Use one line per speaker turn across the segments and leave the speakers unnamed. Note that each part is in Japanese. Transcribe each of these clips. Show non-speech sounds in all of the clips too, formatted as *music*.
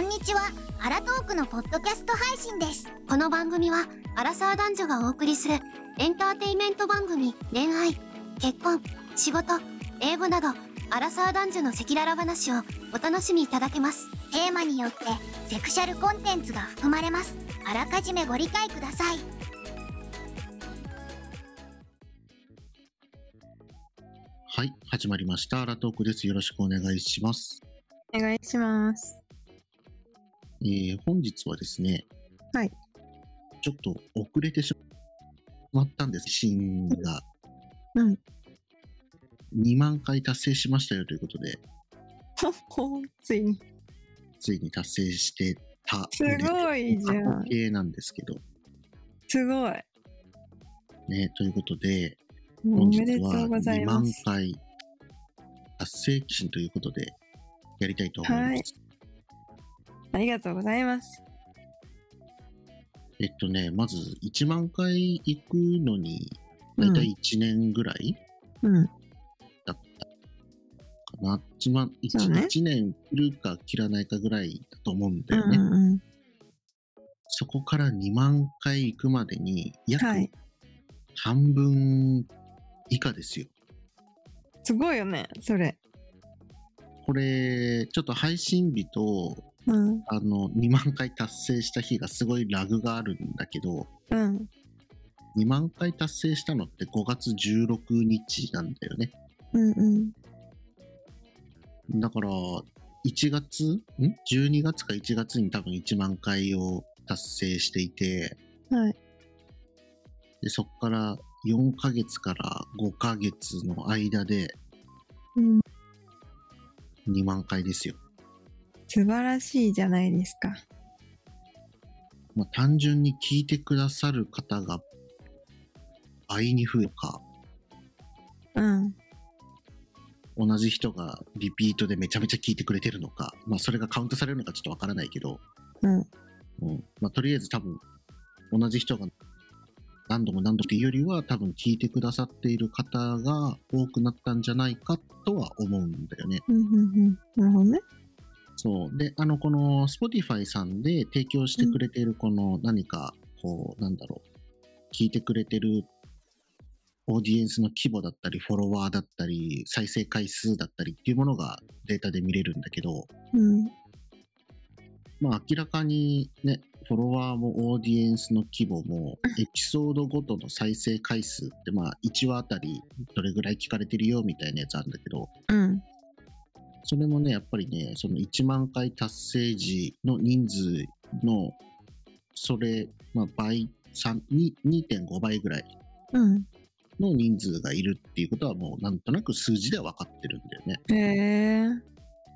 んにちはアラトークのポッドキャスト配信ですこの番組はアラサー男女がお送りするエンターテイメント番組恋愛結婚仕事英語などアラサー男女の赤裸々話をお楽しみいただけますテーマによってセクシャルコンテンツが含まれますあらかじめご理解ください
はい、始まりました。アラトークです。よろしくお願いします。
お願いします。
えー、本日はですね、
はい。
ちょっと遅れてしまったんです。シーンが
うん。
2万回達成しましたよということで、
ついに。
ついに達成してた。
すごいじゃん。
系なんですけど、
すごい。
ね、ということで、
お
本日
めでと
は
うござい
2
ま
万
す。
回達成記念ということで、やりたいと思います。
はいありがとうございます。
えっとね、まず1万回行くのに、
う
だい
ん
たい1年ぐらい
うん。
かな。1万、一
そうね
一年切るか切らないかぐらいだと思うん
う
だよね。
んうん。
そこから2万回行くまでに、約
はい
半分以下ですよ。
すごいよね、それ。
これ、ちょっと配信日と、
うん。
あの、2万回達成した日がすごいラグがあるんだけど、
うん。
2万回達成したのって5月16日なんだよね。
うんうん。
だから、1月、ん ?12 月か1月に多分1万回を達成していて、
はい。
でそこから4ヶ月から5ヶ月の間で
うん。
2万回ですよ。
素晴らしいじゃないですか。
まあ、単純に聞いてくださる方が倍に増えるか、
うん。
同じ人がリピートでめちゃめちゃ聞いてくれてるのか、まあ、それがカウントされるのかちょっとわからないけど、
うん。
うんまあ、とりあえず多分同じ人が何度も何度もっていうよりは多分聞いてくださっている方が多くなったんじゃないかとは思うんだよね。
うんうんうん。なるほどね。
そう。で、あの、この Spotify さんで提供してくれているこの何か、こう、なんだろう、聞いてくれてるオーディエンスの規模だったり、フォロワーだったり、再生回数だったりっていうものがデータで見れるんだけど、
うん。
まあ明らかにね、フォロワーもオーディエンスの規模も、エピソードごとの再生回数って、まあ1話あたりどれぐらい聞かれてるよみたいなやつあるんだけど、
うん。
それもね、やっぱりね、その1万回達成時の人数の、それ、まあ倍、三に2.5倍ぐらい
うん。
の人数がいるっていうことはもうなんとなく数字では分かってるんだよね。
へえ。え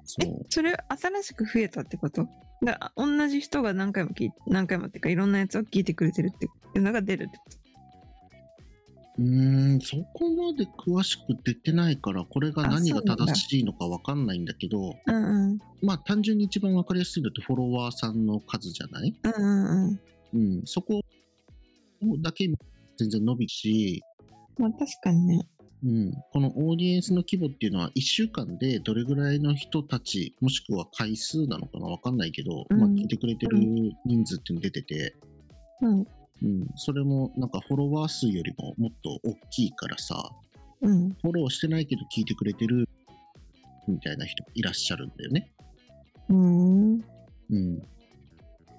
そう。、
それ新しく増えたってことだ同じ人が何回も聞い何回もっていうかいろんなやつを聞いてくれてるっていうのが出るってこ
うーん、そこまで詳しく出てないから、これが何が正しいのか分かんないんだけど、
と。うんうん。
まあ単純に一番分かりやすいのってフォロワーさんの数じゃない
うんうんうん。
うん、そこだけ全然伸びし、
まあ確かにね。
うん、このオーディエンスの規模っていうのは1週間でどれぐらいの人たちもしくは回数なのかな分かんないけど、
うん
まあ、聞いてくれてる人数っていうの出てて、
うん。
うん、それもなんかフォロワー数よりももっと大きいからさ
うん。
フォローしてないけど聞いてくれてるみたいな人いらっしゃるんだよね。
うん。
うん、と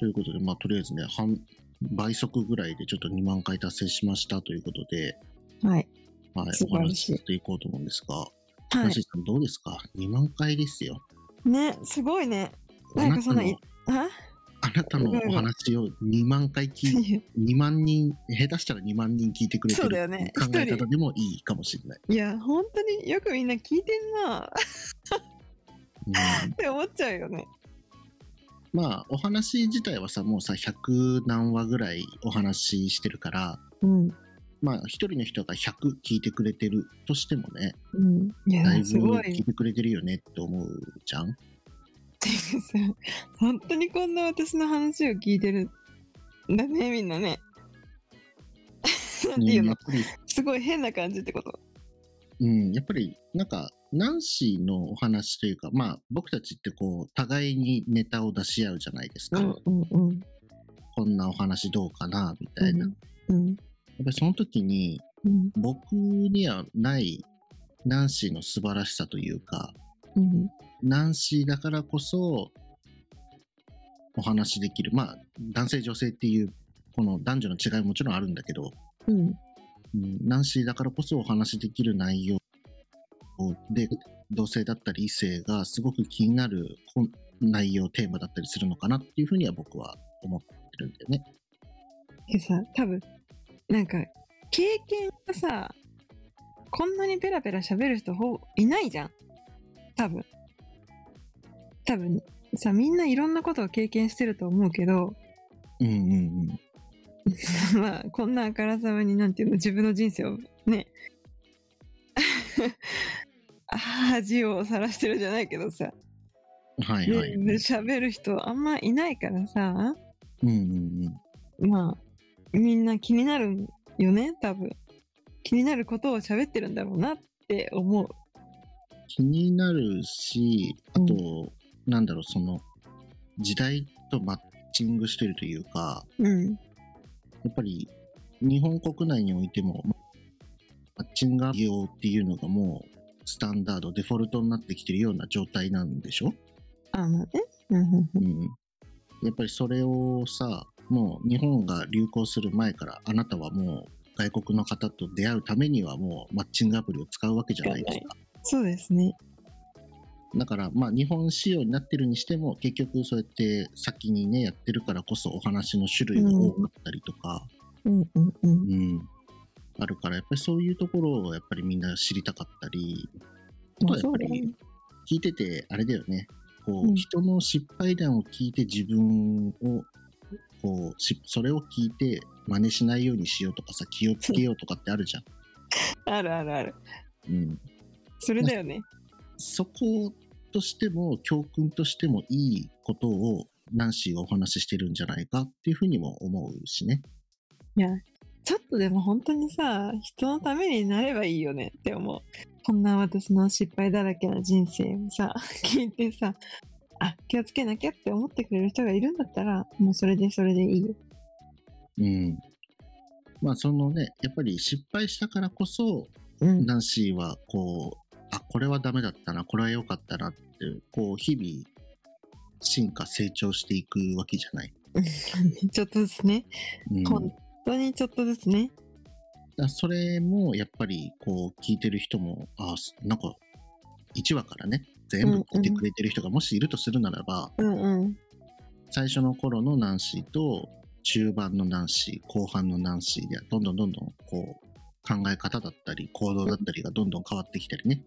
いうことで、まあ、とりあえずね半倍速ぐらいでちょっと2万回達成しましたということで、
はい。
はい、
素
お
晴ら
話し
しい
していこうと思うんですが、
は
ナシさんどうですか ?2 万回ですよ。
い。ね、すごいね。
あ
なん
な
か
た
そんな、
の
い、あ
あなたのお話を2万回聞
*laughs*
い
い
2万人、下手したら2万人聞いてくれて
そうだ
る
よね。
考
一
え方
人。
でもいいかもしれない。
いや、本当によくみんな聞いてんな *laughs* っ
うん
て思っちゃうよね。
まあ、お話自体はさ、もうさ、100何話ぐらいお話ししてるから、
うん。
まあ、一人の人が100聞いてくれてるとしてもね、
うん。い
だい
や、す
ぶ
ご
聞い
い。
てくれてるよねって思うじゃん。
てかさ、本当にこんな私の話を聞いてるんだね、みんなね。なんていう
や
の
っぱり、
すごい変な感じってこと。
うん、やっぱり、なんか、ナンシーのお話というか、まあ、僕たちってこう、互いにネタを出し合うじゃないですか。
うんうん
こんなお話どうかな、みたいな。やっ
うん
ぱりその時に、
うん
僕にはないナンシーの素晴らしさというか、
うん
ナンシーだからこそ、お話しできる。まあ、男性女性っていう、この男女の違いももちろんあるんだけど、
うん
うんナンシーだからこそお話しできる内容で、同性だったり異性がすごく気になるこん内容、テーマだったりするのかなっていうふうには僕は思ってるんだよね。
でさ多分なんか経験がさこんなにペラペラ喋る人ほぼいないじゃん多分多分さみんないろんなことを経験してると思うけど *laughs*
うんうんうん。
まあこんなあからさまになんていうの自分の人生をね *laughs* 恥をさらしてるじゃないけどさ
はい
ね
はい。うん
喋る人あんまいないからさ
うんうん。
まあみんな気になるんよね多分気になることを喋ってるんだろうなって思う
気になるし、あと、
う
なんだろう、その、時代とマッチングしてるというか、
うん
やっぱり日本国内においても、マッチング利用っていうのがもう、スタンダード、デフォルトになってきてるような状態なんでしょ
あまあねうん
うんうん、やっぱりそれをさもう日本が流行する前からあなたはもう外国の方と出会うためにはもうマッチングアプリを使うわけじゃないですか。
*laughs* そうですね
だからまあ日本仕様になってるにしても結局そうやって先にねやってるからこそお話の種類が多かったりとか、
うんうんうん
うんあるからやっぱりそういうところをやっぱりみんな知りたかったりあと
まあ
はや
そ
っ
う
ぱ
だね
り聞いててあれだよねこう、
うん
人の失敗談を聞いて自分をこうしそれを聞いて真似しないようにしようとかさ気をつけようとかってあるじゃ
あるあるある
ん、うん、
それだよね
そことしても教訓としてもいいことをナンシーがお話ししてるんじゃないかっていうふうにも思うしね
いやちょっとでも本当にさ人のためになればいいよねって思うこんな私の失敗だらけな人生をさ *laughs* 聞いてさあ気をつけなきゃって思ってくれる人がいるんだったらもうそれでそれでいいよ
うんまあそのねやっぱり失敗したからこそ
うん
ナンシーはこう、あ、これはダメだったな、これは良かったなって、こう、日々、進化、成長していくわけじゃない。
ちょっとずつね、
うん、
本当にちょっとずつね。
だそれも、やっぱり、こう、聞いてる人も、あ、すなんか、1話からね、全部聞いてくれてる人がもしいるとするならば、
うんうん。
最初の頃のナンシーと、中盤のナンシー、後半のナンシーで、どんどんどんどん、こう、考え方だったり、行動だったりがどんどん変わってきたりね。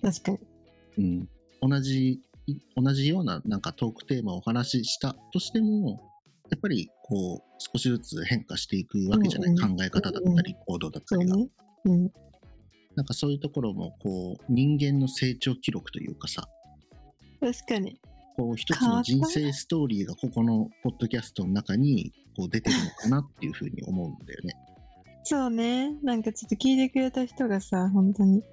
確かに。
うん、同じい同じようななんかトークテーマをお話ししたとしてもやっぱりこう少しずつ変化していくわけじゃない、
うんうん
考え方だったり行動だった
そう
りが、
ね。うん。
なんかそういうところもこう人間の成長記録というかさ
確かに。
こう一つの人生ストーリーがここのポッドキャストの中にこう出てるのかなっていうふうに思うんだよね。
そうね。なんかちょっと聞いてくれた人がさ、本当に、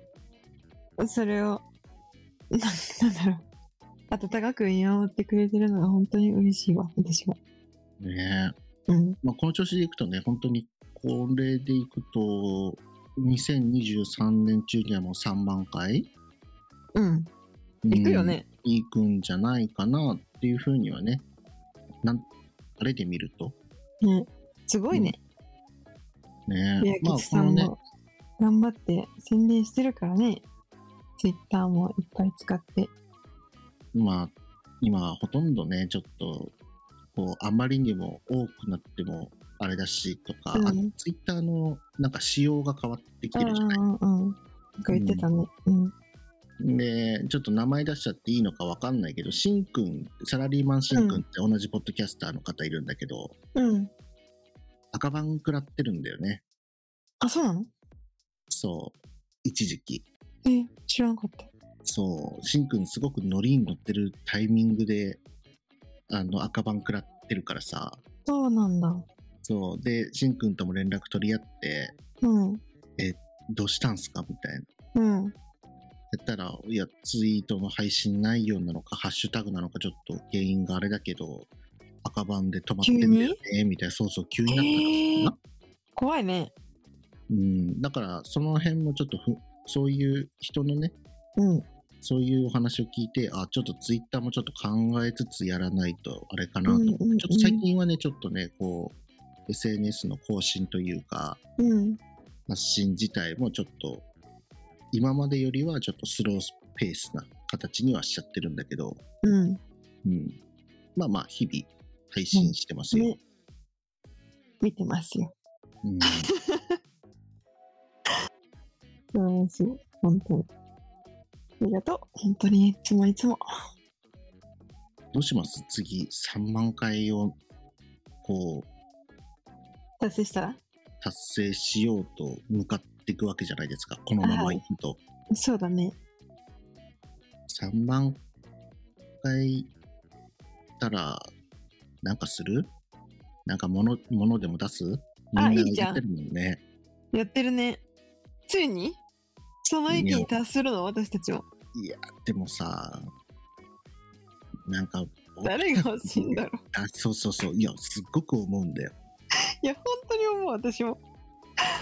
それを、 *laughs* ななんだろう。温かく見守ってくれてるのが本当に嬉しいわ、私は。
ねえ
うん。
まあ、この調子でいくとね本当にこれでいくと2023年中にはもう3万回
うん。行くよね。
行くんじゃないかなっていうふうにはね、なんあれで見ると、
ね。すごいね。
ね
宮、
まあ
吉さんも頑張って宣伝してるからね。ツイッターもいっぱい使って。
まあ、今、ほとんどね、ちょっと、こう、あまりにも多くなっても、あれだしとか、
うん
あのツイッターのなんか仕様が変わってき
う
て
ん
るじゃない。
うんうん。なんか言ってたね。うん。
で、ちょっと名前出しちゃっていいのかわかんないけど、しんくん、サラリーマンしんくんって同じポッドキャスターの方いるんだけど、
うん。
赤番食らってるんだよね。
あ、そうなの
そう、一時期。
え、知らなかった。
そう、しんくんすごくノリに乗ってるタイミングで、あの、赤番食らってるからさ、
そうなんだ。
そう、で、しんくんとも連絡取り合って、
うん。
どうしたんすかみたいな。
うん。
やったら、いや、ツイートの配信内容なのか、ハッシュタグなのか、ちょっと原因があれだけど、赤番で止まってんだよね、みたいな、そうそう、急になったら
えー怖いね。
うん、だからその辺もちょっとふそういう人のね
うん。
そういうお話を聞いてあちょっとツイッターもちょっと考えつつやらないとあれかなと、
うんうんうん
ちょっと最近はねちょっとねこう SNS の更新というか
うん。
発信自体もちょっと今までよりはちょっとスローペースな形にはしちゃってるんだけど、
うん。
うん、まあまあ日々配信してますよ、
ね。見てますよ。
うん、
素晴らしい。本当に。ありがとう。本当にいつもいつも。
どうします次3万回をこう
達成したら
達成しようと向かっていくわけじゃないですか、このままいくと。
そうだね。
3万回いったら、なんかするなんか物物でも出すみんな
あ
言
いいじゃん
ってるもんね。
やってるね。ついにその域に達するの私たちも。
いや、でもさ、なんか、
誰が欲しいんだろう。
あそうそうそう、いや、すっごく思うんだよ。
いや、本当に思う、私も。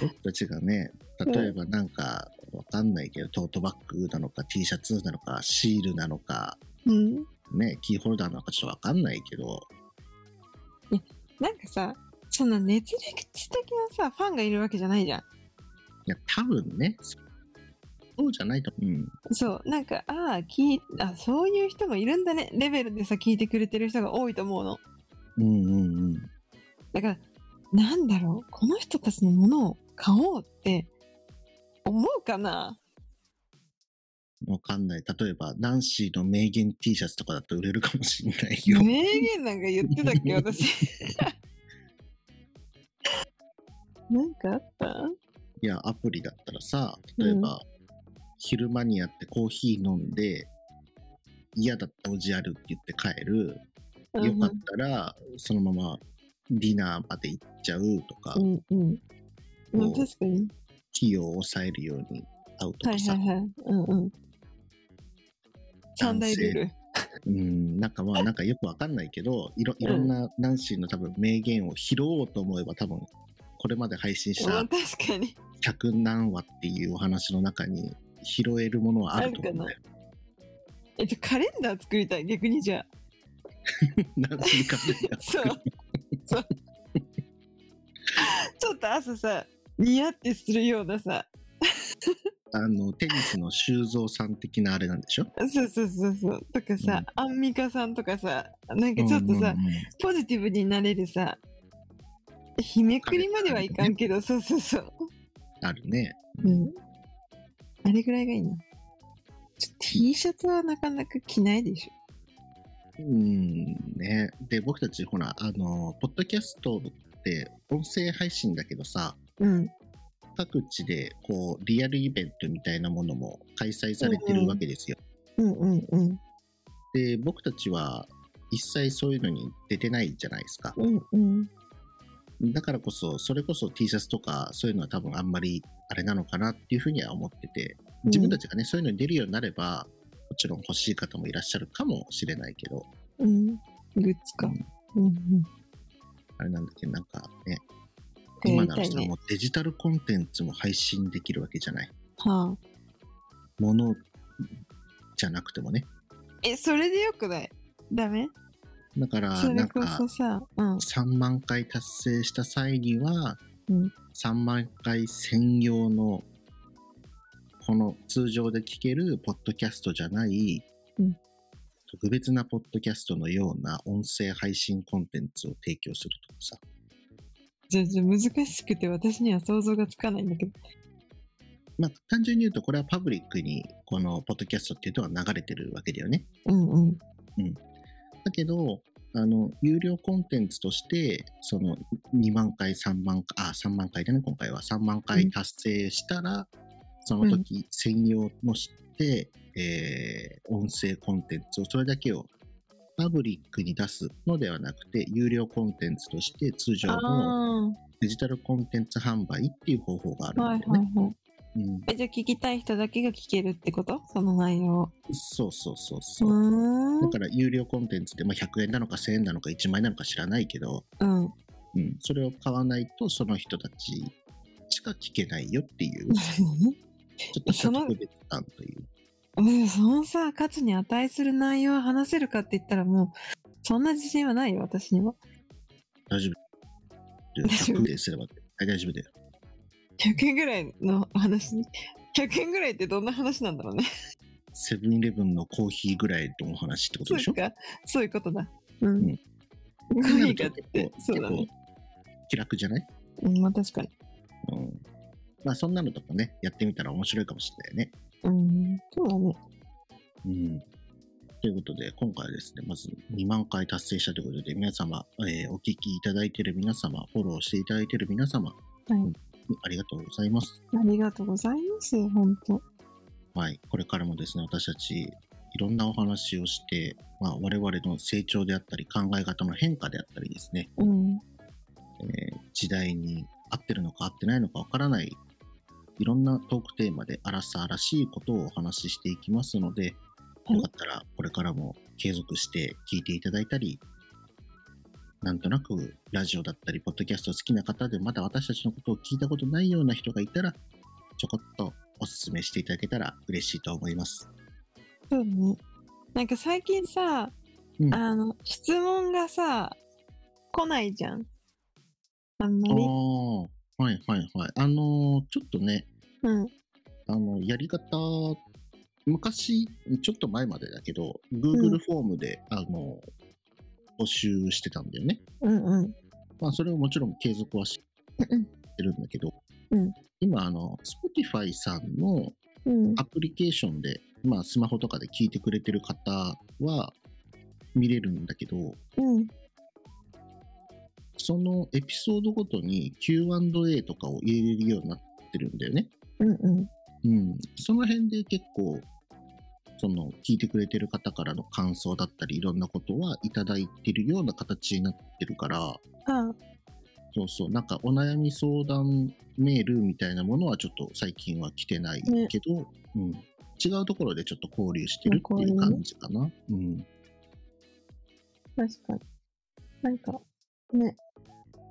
僕たちがね、例えばなんか、わかんないけど、トートバッグなのか、T シャツなのか、シールなのか、
うん。
ね、キーホルダーなのかちょっとわかんないけど、
なんかさ、そんな熱烈的なさ、ファンがいるわけじゃないじゃん。
いや、多分ね、そうじゃないと思う。うん。
そう、なんか、ああ、聞い、あ、そういう人もいるんだね、レベルでさ、聞いてくれてる人が多いと思うの。
うんうんうん。
だから、なんだろう、この人たちのものを買おうって、思うかな
わかんない。例えば、ナンシーの名言 T シャツとかだと売れるかもしれないよ。
名言なんか言ってたっけ、私。 *laughs* なんかあった
いや、アプリだったらさ、例えば、昼間にやってコーヒー飲んで、嫌だったおじあるって言って帰る。よかったら、そのままディナーまで行っちゃうとか、
うんうん。うん、確かに。
費用を抑えるように会うと
は
か
い
さ、
はいはい。うんうん。三大ルール。
うん、なんかまあ、なんかよくわかんないけど、いろいろんなナンシーの多分名言を拾おうと思えば多分、これまで配信し
ま
た
あ確かに。
100何話っていうお話の中に拾えるものはあると思うんだよ。
えっと、カレンダー作りたい、逆にじゃあ。
*laughs* 何時間でや
そう。 *laughs* そう。ちょっと朝さ、ニヤってするようなさ、
あの、テニスの修造さん的なあれなんでしょ
そうそうそうそう、とかさ、アンミカさんとかさ、なんかちょっとさ、
うんうんうん
ポジティブになれるさ、ひねくりまではいかんけど、そうそうそう。
あるね。
うん。あれぐらいがいいな。ちょ T シャツはなかなか着ないでしょ。
うん、ね。で、僕たち、ほら、あの、ポッドキャストって音声配信だけどさ、
うん。
各地で、こう、リアルイベントみたいなものも開催されてるわけですよ。
うんうんうん。
で、僕たちは、一切そういうのに出てないじゃないですか。
うんうん。
だからこそ、それこそ T シャツとか、そういうのは多分あんまりあれなのかなっていうふうには思ってて、自分たちがね、そういうのに出るようになれば、もちろん欲しい方もいらっしゃるかもしれないけど、
うん。グッズ
う
か。
ん
うんうん。
あれなんだけど、なんかね、
や
今
り
な
た
ら
い
さ、
ね。
もうデジタルコンテンツも配信できるわけじゃない。
はあ。
ものじゃなくてもね。
え、それでよくないダメ
だから、
そ
な
れ
ん
こ
か
そ、さ、うん。
3万回達成した際には、
うん
3万回専用のこの通常で聞けるポッドキャストじゃない、
うん
特別なポッドキャストのような音声配信コンテンツを提供するとかさ
じゃじゃ難しくて私には想像がつかないんだけど。
まあ単純に言うとこれはパブリックにこのポッドキャストっていうのは流れてるわけだよね
うんうん。
だけどあの有料コンテンツとしてその2万回3万回あ3万回だね今回は3万
う
回
ん
達成したら、その時専用のして、えー音声コンテンツをそれだけをパブリックに出すのではなくて有料コンテンツとして通常の
あ
デジタルコンテンツ販売っていう方法があ
あ。は
る
い
んだよね。
はいはい。
うん、
えじゃあ聞きたい人だけが聞けるってことその内容
そうそうそう
う
そう。
ー
だ
ん
から有料コンテンツで、まあ、100円なのか1000円なのか1万円なのか知らないけど、
うん *laughs* な
うん、それを買わないとその人たちしか聞けないよって
*laughs*
いう、ち
るほどね
ょっとした
その
特別感という。
うんそのさ価値に値する内容を話せるかって言ったらもうそんな自信はないよ私には
大丈夫。100円すれば大丈夫だよ。
100円ぐらいの話に100円ぐらいってどんな話なんだろうね
セブンイレブンのコーヒーぐらいのお話ってこと
そう
でしょ
かそういうことだうん、
うん
コーヒーがあって
結
そ
構
うだね
結構気楽じゃない、
うんまあ確かに
うん、まあそんなのとかね、やってみたら面白いかもしれないよね。
うんそうだね
うん。ということで、今回はですね、まず2万回達成したということで、皆様、えーお聞きいただいている皆様、フォローしていただいている皆様、
はい
ありがとうございます。
ありがとうございます本当
はい、これからもですね、私たちいろんなお話をして、まあ、我々の成長であったり、考え方の変化であったりですね、
うん
えー時代に合ってるのか合ってないのかわからない、いろんなトークテーマで荒さらしいことをお話ししていきますので、
はい
よかったらこれからも継続して聞いていただいたり、なんとなくラジオだったり、ポッドキャスト好きな方でまだ私たちのことを聞いたことないような人がいたら、ちょこっとお勧めしていただけたら嬉しいと思います。
そうねなんか最近さ、
うん
あの質問がさ来ないじゃんあんまり
ああ、はいはいはい。あのーちょっとね、
うん
あの、やり方、昔、ちょっと前までだけど、Google フォームで、あの、募集してたんだよね。
うんうん
まあ、それをもちろん継続はし
うん
てるんだけど、
うん
今、あの、Spotify さんの
うん
アプリケーションで、まあ、スマホとかで聞いてくれてる方は見れるんだけど、
うん
そのエピソードごとに Q&A とかを入れれるようになってるんだよね。
うんうん
うん、その辺で結構その聞いてくれてる方からの感想だったりいろんなことはいただいてるような形になってるから
あ
そうそうなんかお悩み相談メールみたいなものはちょっと最近は来てないけど、うん、違うところでちょっと交流してるっていう感じかな。うん
確かになんかね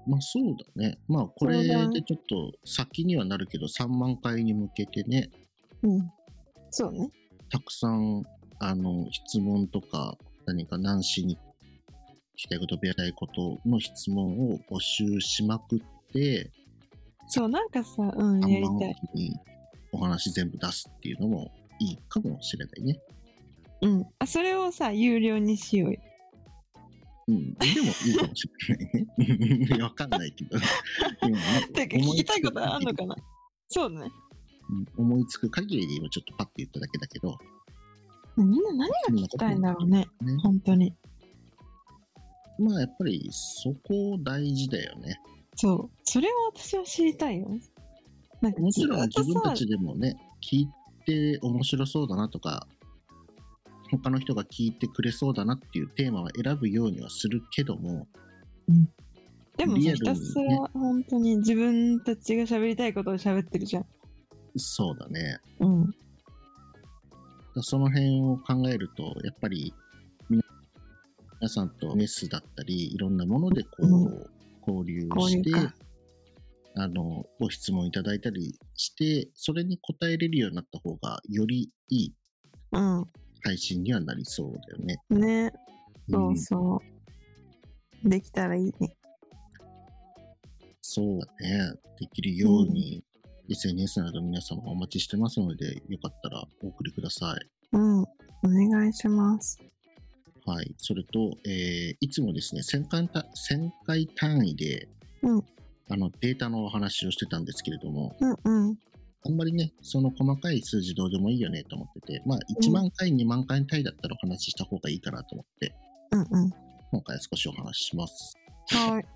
まあそうだね。まあこれ
そうだ
でちょっと先にはなるけど3万回に向けてね、
うんそうね
たくさんあの質問とか何か何しに聞きたいことやりたいことの質問を募集しまくって
そうなんかさうんや
看
り
板
たい
にお話全部出すっていうのもいいかもしれないね。
うんあそれをさ有料にしようよ
うん、でもいいかもしれないね。い *laughs* やわかんないけど。今ね
てか聞きたいことあんのかなそうね
うん思いつく限りで今ちょっとパッて言っただけだけど。
みんな何が聞きたいんだろうね
ね、
本当に
まあやっぱりそこ大事だよね。
そうそれを私は知りたいよなんか
もちろん
ず
自
っと
分
さ
たちでもね、聞いて面白そうだなとか、他の人が聞いてくれそうだなっていうテーマは選ぶようにはするけども、
でもさ
リアル
ひたすら本当に自分たちが喋りたいことを喋ってるじゃん。
そうだね。
うん。
だからその辺を考えると、やっぱり皆皆さんとメスだったり、いろんなものでこう、
う
交流をし
交
て
流か、
あの、ご質問いただいたりして、それに答えれるようになった方が、よりいい配信にはなりそうだよね。
うん。ね。そ
ん
うそう。できたらいいね。
そうだね。できるように、SNS など皆様お待ちしてますので、よかったらお送りください。
うん。お願いします。
はい。それと、えーいつもですね、1000回た1000回単位で、
うん
あの、データのお話をしてたんですけれども、
うんうん。
あんまりね、その細かい数字どうでもいいよねと思ってて、まあ、1万回、2万回単位だったらお話しした方がいいかなと思って、
うんうん。
今回は少しお話しします。
はい。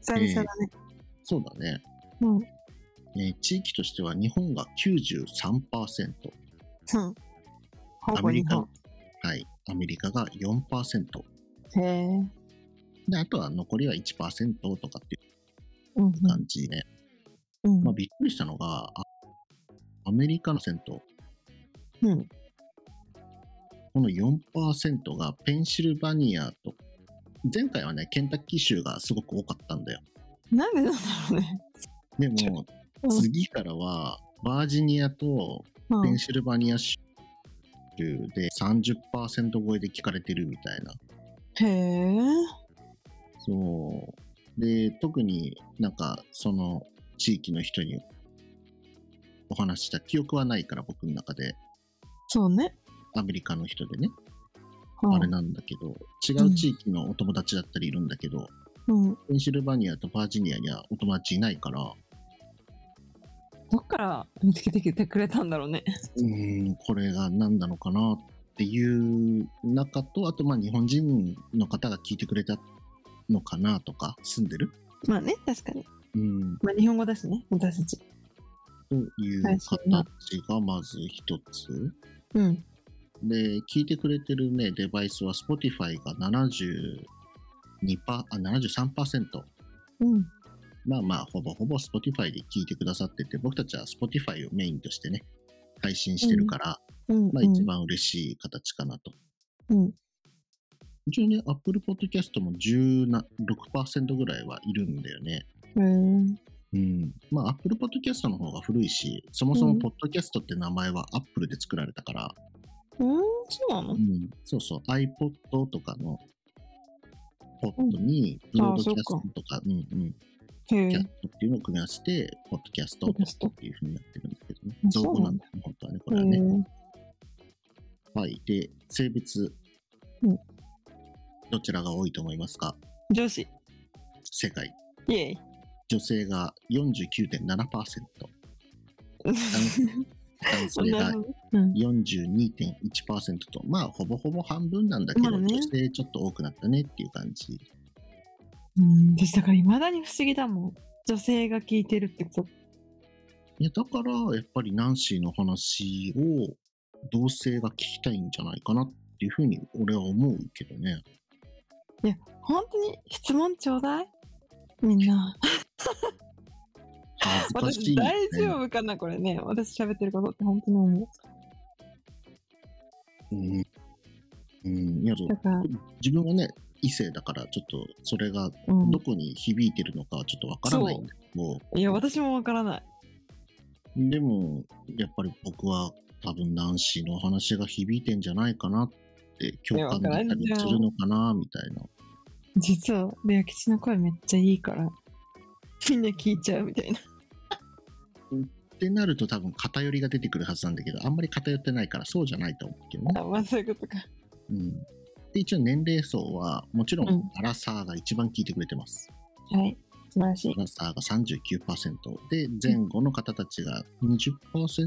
久々だね。
そうだね。
うん。
えー地域としては日本が93%、
うん。ほ
ア
ぼ
メ
日
リカ
本。
はい、アメリカが4%。
へえ。
で、あとは残りは1%とかってい
うん
う感じで、
うん。
まあびっくりしたのが、あアメリカのセント、
うん。
この4%がペンシルバニアと、前回はね、ケンタッキー州がすごく多かったんだよ。
なんでなんだろうね。
でも、
うん
次からは、バージニアと
まあ
ペンシルバニア州で30%超えで聞かれてるみたいな。
へえ。
そう。で、特になんか、その地域の人にお話しした記憶はないから、僕の中で。
そうね。
アメリカの人でね、
うん
あれなんだけど、違う地域のお友達だったりいるんだけど、
うん。
ペンシルバニアとバージニアにはお友達いないから、
どっから見つけてきてくれたんだろうね。
うーん、これが何なのかなっていう中と、あとまあ日本人の方が聞いてくれたのかなとか、住んでる
まあね、確かに。
うん、
まあ日本語だしね、私たち。
という
はい
形
そうな
がまず一つ。
うん。
で、聞いてくれてるね、デバイスは Spotify が72%、あ、73%。
うん。
まあまあ、ほぼほぼ Spotify で聞いてくださってて、僕たちは Spotify をメインとしてね、配信してるから、
うん。
まあ一番嬉しい形かなと。
うん。
一応ね、Apple Podcast も16%ぐらいはいるんだよね。
うん。
うん。まあ Apple Podcast の方が古いし、そもそも
うん
Podcast って名前は Apple で作られたから、
うん、そうなの
うん、そうそう、iPod とかのポッドに、ブ
うん
ロ
あ
ード
あ
キャス
そ
ト
うか
とか、うんうん、
へ
キ
え
ャッ。トっていうのを組み合わせて、ポッドキャスト
ポッドキャスト
っていうふうになってるんだけどね
あ。
造
そう
語
な
なん
ん
だ、本当はね、こ
う
れはね。
ん。
はい。で、性別、
うん
どちらが多いと思いますか
女子。
世界。
イエイ。
女性が49.7%、男性が
うん。
42.1%と、まあ、ほぼほぼ半分なんだけど、
まあね
女性ちょっと多くなったねっていう感じ。
うん。でしたから、いまだに不思議だもん。女性が聞いてるってこと。
いや、だから、やっぱりナンシーの話を同性が聞きたいんじゃないかなっていうふうに俺は思うけどね。
本当に質問ちょうだいみんな。
恥ずかし
私
い、ね。
大丈夫かなこれね。私喋ってることって本当に思
うん。うん、いやそう
う。だから、
自分はね、異性だから、ちょっとそれが
うん
ど。こに響いてるのかはちょっとわからないんだけど、
いや、私もわからない。
でも、やっぱり僕は多分ナンシーの話が響いてんじゃないかなって、共感だったりするのかな、みたいな。
実は、レア吉の声めっちゃいいから、みんな聞いちゃうみたいな。
ってなると多分偏りが出てくるはずなんだけど、あんまり偏ってないからそうじゃないと思うけどね。
あ、まあそういうことか。
うん、で一応年齢層はもちろ
うん
んアラサーが一番聞いてくれてます、
はい。素晴らしい。
アラサーが39%で前後の方たちが 20%16%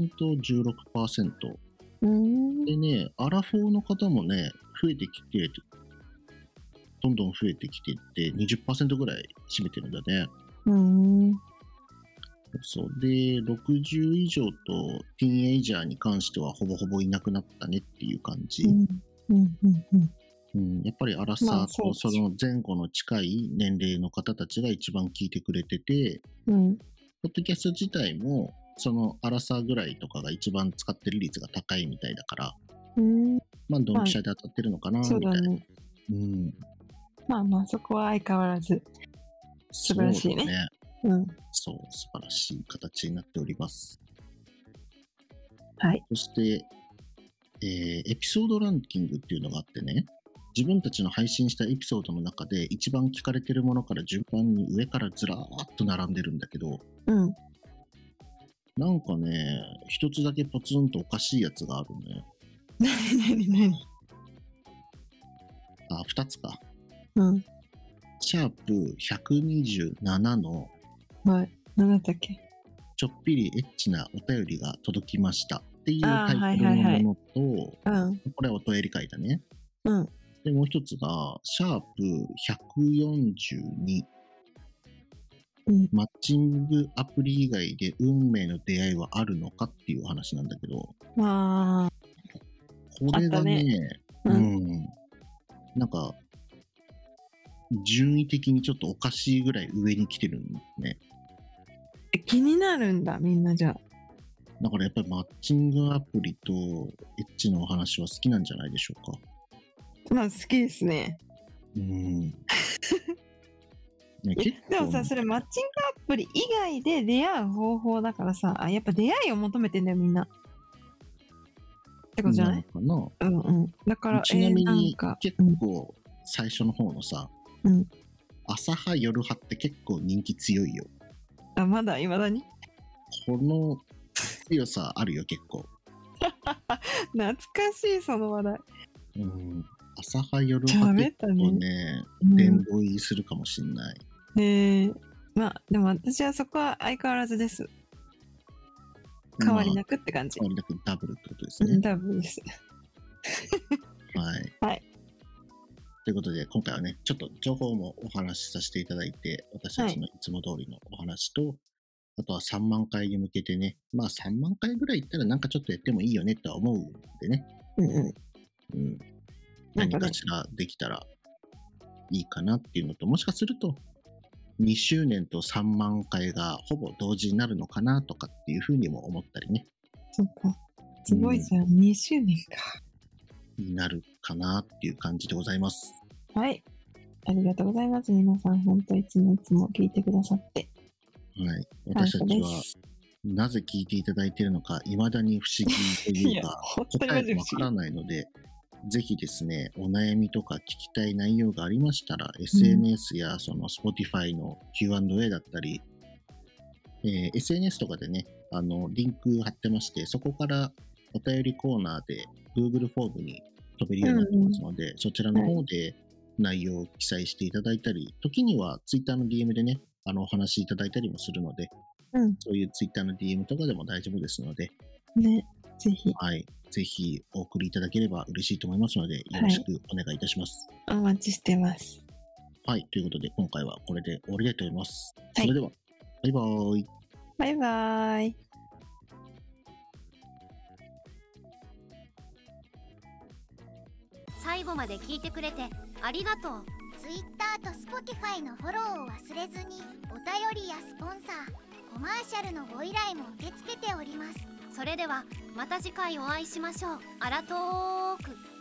うーん。
でねアラフォーの方もね増えてきてどんどん増えてきていって20%ぐらい占めてるんだね
うーん。
そうで60以上とティーンエイジャーに関してはほぼほぼいなくなったねっていう感じ、
うん。うん。うん。うん。
うん、やっぱりアラサ
ま
ー
あそう
と
です
その前後の近い年齢の方たちが一番聞いてくれてて、
うん。
ポッドキャスト自体も、そのアラサーぐらいとかが一番使ってる率が高いみたいだから、
うん。
まあ、ドンピシャで当たってるのかな、みた
そう
いな。
だね。
うん。
まあまあ、そこは相変わらず。素晴らしい
そ
ね
うだね。
うん。
そう、素晴らしい形になっております。
はい。
そして、えーエピソードランキングっていうのがあってね、自分たちの配信したエピソードの中で一番聞かれてるものから順番に上からずらーっと並んでるんだけど、
うん。
なんかね、一つだけポツンとおかしいやつがあるね。
なになになに
あ、二つか。
うん。
シャープ127の
はい。何だったっけ
ちょっぴりエッチなお便りが届きましたっていう
あ
タ
ー
イトルの
はいはいはい
ものと、
うん。
これはお便り会だね。
うん。
で、もう一つが、シャープ142。
うん
マッチングアプリ以外で運命の出会いはあるのかっていう話なんだけど、
まあ、
これが
あった
ね
う。
うんん。なんか、順位的にちょっとおかしいぐらい上に来てるんね。
気になるんだ、みんなじゃあ。
だからやっぱりマッチングアプリとエッチのお話は好きなんじゃないでしょうか。
まあ好きですね *laughs*
うん。いや
え
結構
でもさそれマッチングアプリ以外で出会う方法だからさあやっぱ出会いを求めてんだよみんなってことじゃない、
なのか
うんうんだから
な。ちなみ
えーなん
に
か、
結
うん
構最初の方のさ、
うん
朝派夜派って結構人気強いよ。
あまだいまだに *laughs*
この強さあるよ結構。
懐かしいその話題
うん。朝派夜
ダ
派
メ
結
だ
構
ね
ね、
うん
殿堂入りするかもしんない。
えーまあでも私はそこは相変わらずです変わりな
く。
くって感じ、
変わりなくダブルってことです
うん
ね。
多分です
はい。
はい
ということで、今回はね、ちょっと情報もお話しさせていただいて、私たちのいつも通りのお話と、あとは3万回に向けてね、まあ3万回ぐらい行ったらなんかちょっとやってもいいよねとは思うんでね、
うんうん
うん、
なん
何
かね
かしらできたらいいかなっていうのと、もしかすると、2周年と3万回がほぼ同時になるのかなとかっていうふうにも思ったりね、
そっかすごいじゃん、2周年
になるかなっていう感じでございます。
かはいありがとうございます皆さん本当いつもいつも聞いてくださって
はい。
感
私
謝
た
で
ちは
す
なぜ聞いていただいているのか、いまだに不思議と
*laughs*
い
い
う
や
か、
本当に
答
マ
え
ジで
が
不
わか
思
らないので、ぜひですね、お悩みとか聞きたい内容がありましたら、SNS やその Spotify の Q&A だったり、えー SNS とかでね、あの、リンク貼ってまして、そこからお便りコーナーで Google フォームに飛べるようになってますので、そちらの方で内容を記載していただいたり、時には Twitter の DM でね、あの、お話しいただいたりもするので、
うん
そういうツイッターの DM とかでも大丈夫ですので、
議ねぜひ
はい、ぜひお送りいただければ嬉しいと思いますので、よろしくお願いいたします。
お待ちしてます
はい、ということで、今回はこれで終わりたいと思います。
はい
それでは、バイバーイ。
バイバイ
最後まで聞いてくれてありがとう Twitter と Spotify のフォローを忘れずにお便りやスポンサーコマーシャルのご依頼も受け付けておりますそれではまた次回お会いしましょうあらとーく